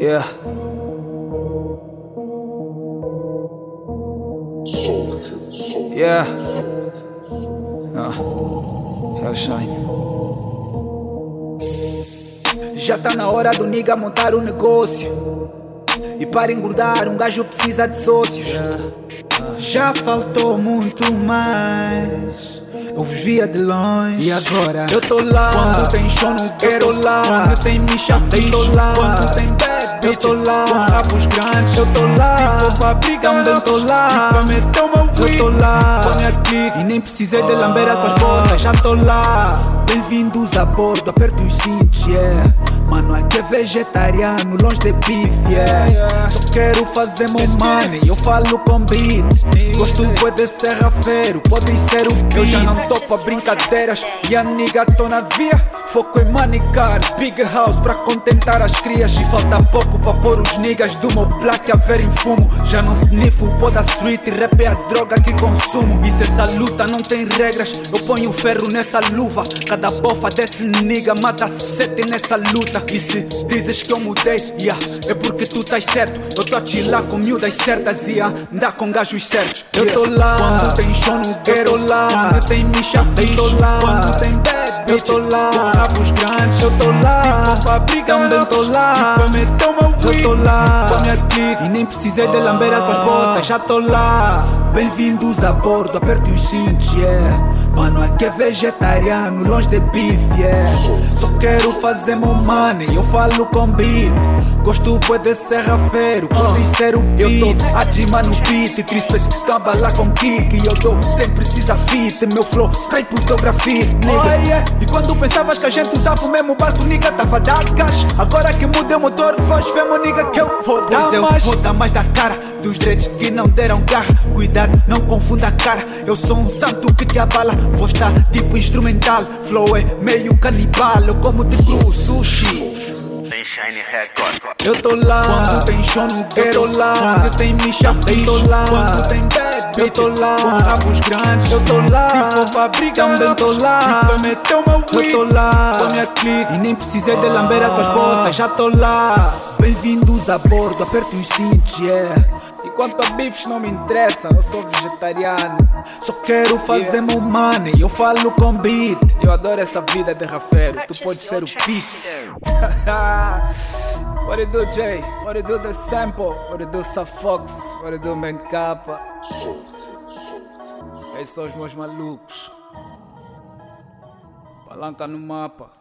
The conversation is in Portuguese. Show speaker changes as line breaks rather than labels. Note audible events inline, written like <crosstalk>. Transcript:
Yeah. Yeah. Ah, é o Shine. Já tá na hora do nigga montar um negócio. E para engordar, um gajo precisa de sócios. Já faltou muito mais. Eu vos via de longe. E agora? Eu tô lá. Quando tem show no quero lá. Quando tem micha fixe. tô lá. Quando tem bad bitches. Eu tô lá. Com rabos grandes. Eu tô lá. Se for pra briga, também tô lá. Pra meter uma weed. Eu tô lá. Põe a clique. E nem precisei de lamber as tuas botas. Já tô lá. Bem-vindos a bordo. Aperta os cintos, yeah. Mano, aqui é vegetariano, longe de bife, yeah. Só quero fazer meu money, eu falo com beat. Gosto pode ser rafeiro, pode ser o beat. Eu já não topo a brincadeiras e a nigga tô na via. Foco em money car, big house pra contentar as crias. E falta pouco pra pôr os niggas do meu plaque a verem fumo. Já não sniffo pó da street, rap é a droga que consumo. E se essa luta não tem regras, eu ponho ferro nessa luva. Cada bofa desse nigga mata sete nessa luta. E se dizes que eu mudei, yeah, é porque tu estás certo. Eu tô a chilar com miúdas certas e a andar com gajos certos. Eu tô lá, quando tem show no quero lá. Quando tem micha fixe, eu tô lá. Quando tem bad bitches, eu tô lá. Com rabos grandes, eu tô lá. Se for pra briga, também tô lá. E pra meter uma weed, eu tô lá. Com a minha clique, Ah. e nem precisei de lamber as tuas botas, já tô lá. Bem-vindos a bordo, aperte os cintos, yeah. Mano, aqui é vegetariano, longe de bife, yeah. Só quero fazer meu money, eu falo com beat. Gosto pode ser rafeiro, pode ser o beat. Ah. Eu tô Adima no beat, crispes, tamba lá com kick. E eu dou sem precisa fit, meu flow, spray pro grafite, nigga. Oh, yeah. E quando pensavas que a gente usava o mesmo barco, nigga, tava da gás. Agora que mudei o motor, faz femo, nigga, que eu vou dar mais. eu vou dar mais da cara dos dreads que não deram garra. Cuidado, não confunda a cara. Eu sou um santo que te abala. Vou estar tipo instrumental. Flow é meio canibal. Eu como de cru sushi.
Tem Shine Record.
Eu tô lá quando tem show no quero lá. Quando tem micha fixe, eu tô lá. Quando tem bad eu tô lá. Com rabos grandes, eu tô lá. Se for pra briga, também tô lá. Pra meter uma weed, eu tô lá. Com a minha clique, Ah. e nem precisei de lamber as tuas botas, já tô lá. Bem-vindos a bordo, aperto os cintos, yeah. E quanto a bifes não me interessa, eu sou vegetariano. Só quero fazer meu money, eu falo com beat. Eu adoro essa vida é de rafeiro, tu
Purchase
pode ser
your
o
tracks
beat.
today.
<laughs> what do you do, Jay? What do you do, the sample? What do you do, Safox? What do you do, Man Kappa? Esses são os meus malucos. Palanca no mapa.